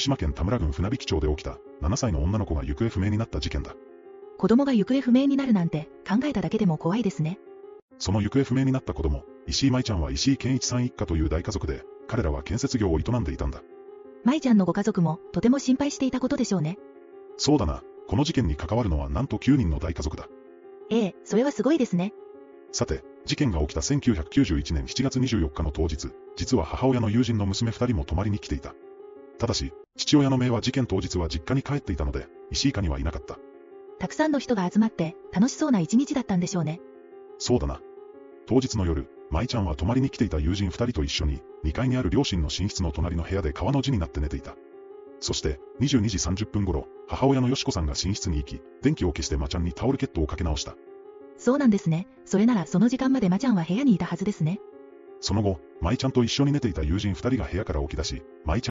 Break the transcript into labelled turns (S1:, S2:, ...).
S1: 島県田村郡船引町で起きた、7歳の女の子が行方不明になった事件だ。
S2: 子供が行方不明になるなんて考えただけでも怖いですね。
S1: その行方不明になった子供、石井舞ちゃんは石井健一さん一家という大家族で、彼らは建設業を営んでいたんだ。
S2: 舞ちゃんのご家族もとても心配していたことでしょうね。
S1: そうだな、この事件に関わるのはなんと9人の大家族だ。
S2: ええ、それはすごいですね。
S1: さて、事件が起きた1991年7月24日の当日、実は母親の友人の娘2人も泊まりに来ていた。ただし、父親の命は事件当日は実家に帰っていたので、石井家にはいなかった。
S2: たくさんの人が集まって楽しそうな一日だったんでしょうね。
S1: そうだな。当日の夜、舞ちゃんは泊まりに来ていた友人2人と一緒に、2階にある両親の寝室の隣の部屋で川の字になって寝ていた。そして、22時30分頃、母親のよしこさんが寝室に行き、電気を消してまちゃんにタオルケットをかけ直した。
S2: そうなんですね。それならその時間までまちゃんは部屋にいたはずですね。
S1: その後、舞ちゃんと一緒に寝ていた友人2人が部屋から起き出し、舞ちゃん